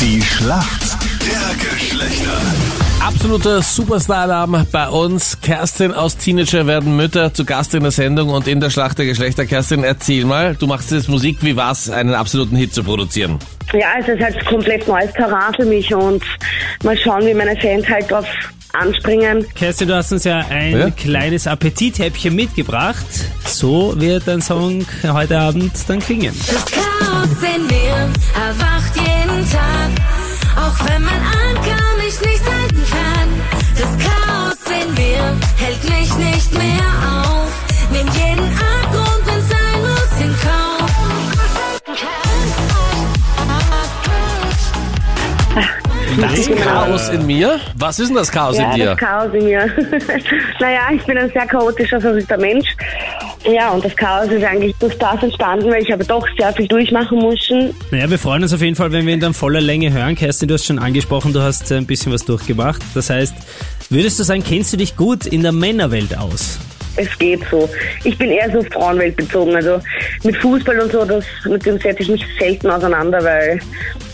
Die Schlacht der Geschlechter. Absoluter Superstar-Alarm bei uns. Kerstin aus Teenager werden Mütter zu Gast in der Sendung und in der Schlacht der Geschlechter. Kerstin, erzähl mal, du machst jetzt Musik. Wie war's, einen absoluten Hit zu produzieren? Ja, es ist halt komplett neues Terrain für mich und mal schauen, wie meine Fans halt drauf anspringen. Kerstin, du hast uns ja ein Ja. kleines Appetithäppchen mitgebracht. So wird dein Song heute Abend dann klingen. Das Chaos in mir erwacht jeden Tag, auch wenn mein Anker mich nicht halten kann. Das Chaos in mir hält mich nicht mehr auf. Nimm jeden Abgrund, wenn's sein muss, in Kauf. Das Genau. Chaos in mir? Was ist denn das Chaos in ja, dir? das Chaos in mir. naja, ich bin ein sehr chaotischer, verrückter Mensch. Ja, und das Chaos ist eigentlich durch das entstanden, weil ich aber doch sehr viel durchmachen mussten. Naja, wir freuen uns auf jeden Fall, wenn wir ihn dann voller Länge hören. Kerstin, du hast schon angesprochen, du hast äh, ein bisschen was durchgemacht. Das heißt, würdest du sagen, kennst du dich gut in der Männerwelt aus? Es geht so. Ich bin eher so auf Frauenwelt bezogen. Also mit Fußball und so, das, mit dem setze ich mich selten auseinander, weil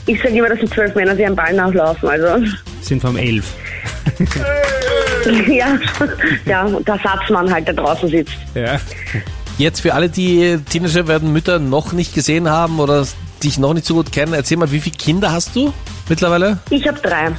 ich sage immer, das sind zwölf Männer, die am Ball nachlaufen. Also Sind vom Elf. ja, ja, und der Satzmann halt da draußen sitzt. Ja. Jetzt für alle, die Teenager werden Mütter noch nicht gesehen haben oder dich noch nicht so gut kennen, erzähl mal, wie viele Kinder hast du mittlerweile? Ich habe drei.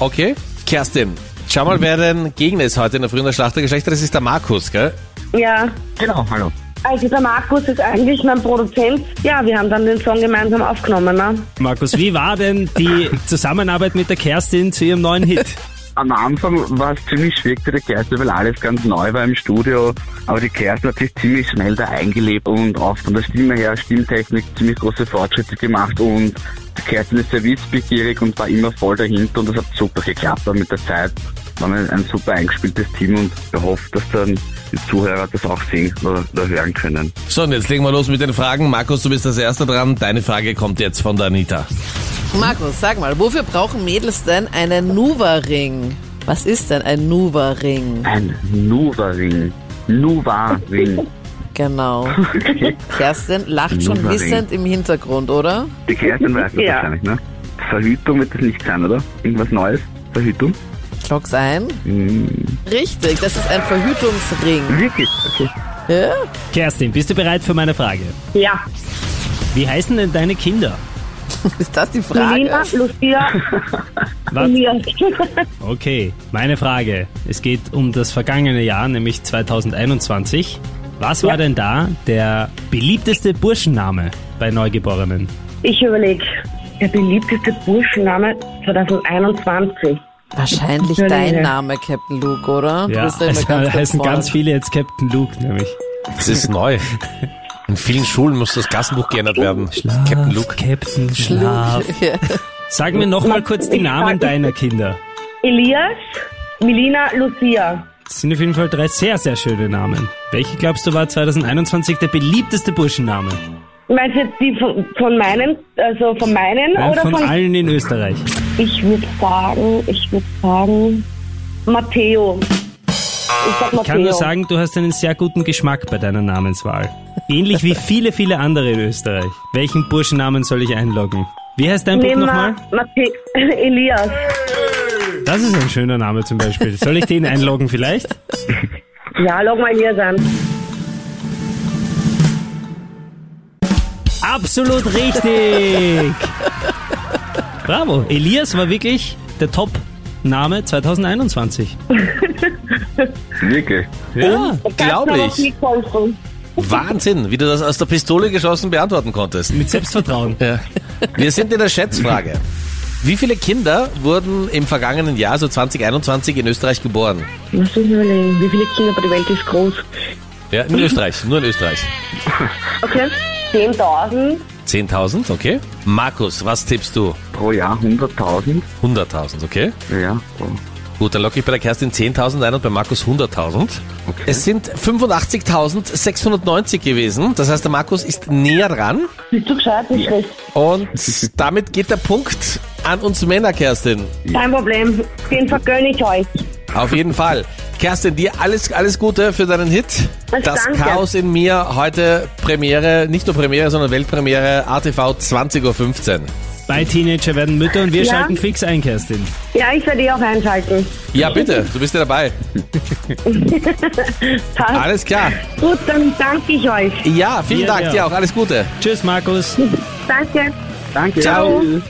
Okay. Kerstin, schau mal, wer dein Gegner ist heute in der frühen der Schlacht der Geschlechter. Das ist der Markus, gell? Ja, Genau, hallo. also der Markus ist eigentlich mein Produzent. Ja, wir haben dann den Song gemeinsam aufgenommen. Ne? Markus, wie war denn die Zusammenarbeit mit der Kerstin zu ihrem neuen Hit? Am Anfang war es ziemlich schwierig für die Kerstin, weil alles ganz neu war im Studio. Aber die Kerstin hat sich ziemlich schnell da eingelebt und auch von der Stimme her, Stimmtechnik, ziemlich große Fortschritte gemacht. Und die Kerstin ist sehr witzbegierig und war immer voll dahinter und das hat super geklappt. Und mit der Zeit war ein, ein super eingespieltes Team und ich hoffe, dass dann die Zuhörer das auch sehen oder, oder hören können. So, und jetzt legen wir los mit den Fragen. Markus, du bist das Erste dran. Deine Frage kommt jetzt von der Anita. Markus, sag mal, wofür brauchen Mädels denn einen Nuva-Ring? Was ist denn ein Nuva-Ring? Ein Nuva-Ring. Nuva-Ring. Genau. Kerstin lacht schon Nuva-Ring. wissend im Hintergrund, oder? Die Kerstin weiß das Ja. wahrscheinlich, ne? Verhütung wird das nicht sein, oder? Irgendwas Neues? Verhütung? Klocks ein. Mm. Richtig, das ist ein Verhütungsring. Wirklich? Also Okay. Ja? Kerstin, bist du bereit für meine Frage? Ja, Wie heißen denn deine Kinder? Ist das die Melina, Frage? Lucia Was? und mir. Okay, meine Frage. Es geht um das vergangene Jahr, nämlich 2021. Was war denn da der beliebteste Burschenname bei Neugeborenen? ich überlege, der beliebteste Burschenname 2021. Wahrscheinlich Ja, dein ja. Name, Captain Luke, oder? Du bist immer also, ganz da weit heißen vorne. ganz viele jetzt Captain Luke, nämlich. Das ist neu. In vielen Schulen muss das Klassenbuch geändert werden. Captain Luke. Captain Schlaf. Ja. Sag mir nochmal kurz die Namen deiner Kinder. Elias, Melina, Lucia. Das sind auf jeden Fall drei sehr, sehr schöne Namen. Welche glaubst du war 2021 der beliebteste Burschenname? Meinst du jetzt die von, von meinen, also von meinen Nein, oder von von, allen in Österreich. Ich würde sagen, ich würde sagen, Matteo. Ich sag Matteo. Ah, Ich kann nur sagen, du hast einen sehr guten Geschmack bei deiner Namenswahl. Ähnlich wie viele, viele andere in Österreich. Welchen Burschennamen soll ich einloggen? Wie heißt dein Buch Nehmen nochmal? wir Matteo, Elias. Das ist ein schöner Name zum Beispiel. Soll ich den einloggen vielleicht? Ja, log mal Elias an. Absolut richtig! Bravo! Elias war wirklich der Top-Name 2021. Wirklich? Ja, Kannst du Unglaublich. noch nicht helfen. Wahnsinn, wie du das aus der Pistole geschossen beantworten konntest. mit Selbstvertrauen. Ja. Wir sind in der Schätzfrage. Wie viele Kinder wurden im vergangenen Jahr, so 2021, in Österreich geboren? Lass mich überlegen, wie viele Kinder bei der Welt ist groß? Ja, in Österreich, nur in Österreich. Okay. 10.000. 10.000, okay. Markus, was tippst du? Pro Jahr 100.000? 100.000, okay. Ja. Oh. Gut, dann locke ich bei der Kerstin 10.000 ein und bei Markus 100.000. Okay. Es sind 85.690 gewesen. Das heißt, der Markus ist näher dran. Bist du gescheit? Nicht schlecht. Und damit geht der Punkt an uns Männer, Kerstin. Kein Problem. Den vergönne ich euch. Auf jeden Fall. Kerstin, dir alles, alles Gute für deinen Hit. Also Das danke. Chaos in mir, heute Premiere, nicht nur Premiere, sondern Weltpremiere, ATV 20.15 Uhr. Bei Teenager werden Mütter und wir Ja. schalten fix ein, Kerstin. Ja, ich werde eh auch einschalten. Ja, bitte, du bist ja dabei. Passt. Alles klar. Gut, dann danke ich euch. Ja, vielen Ja, Dank ja. dir auch. Alles Gute. Tschüss, Markus. Danke. Danke. Ciao. Tschüss.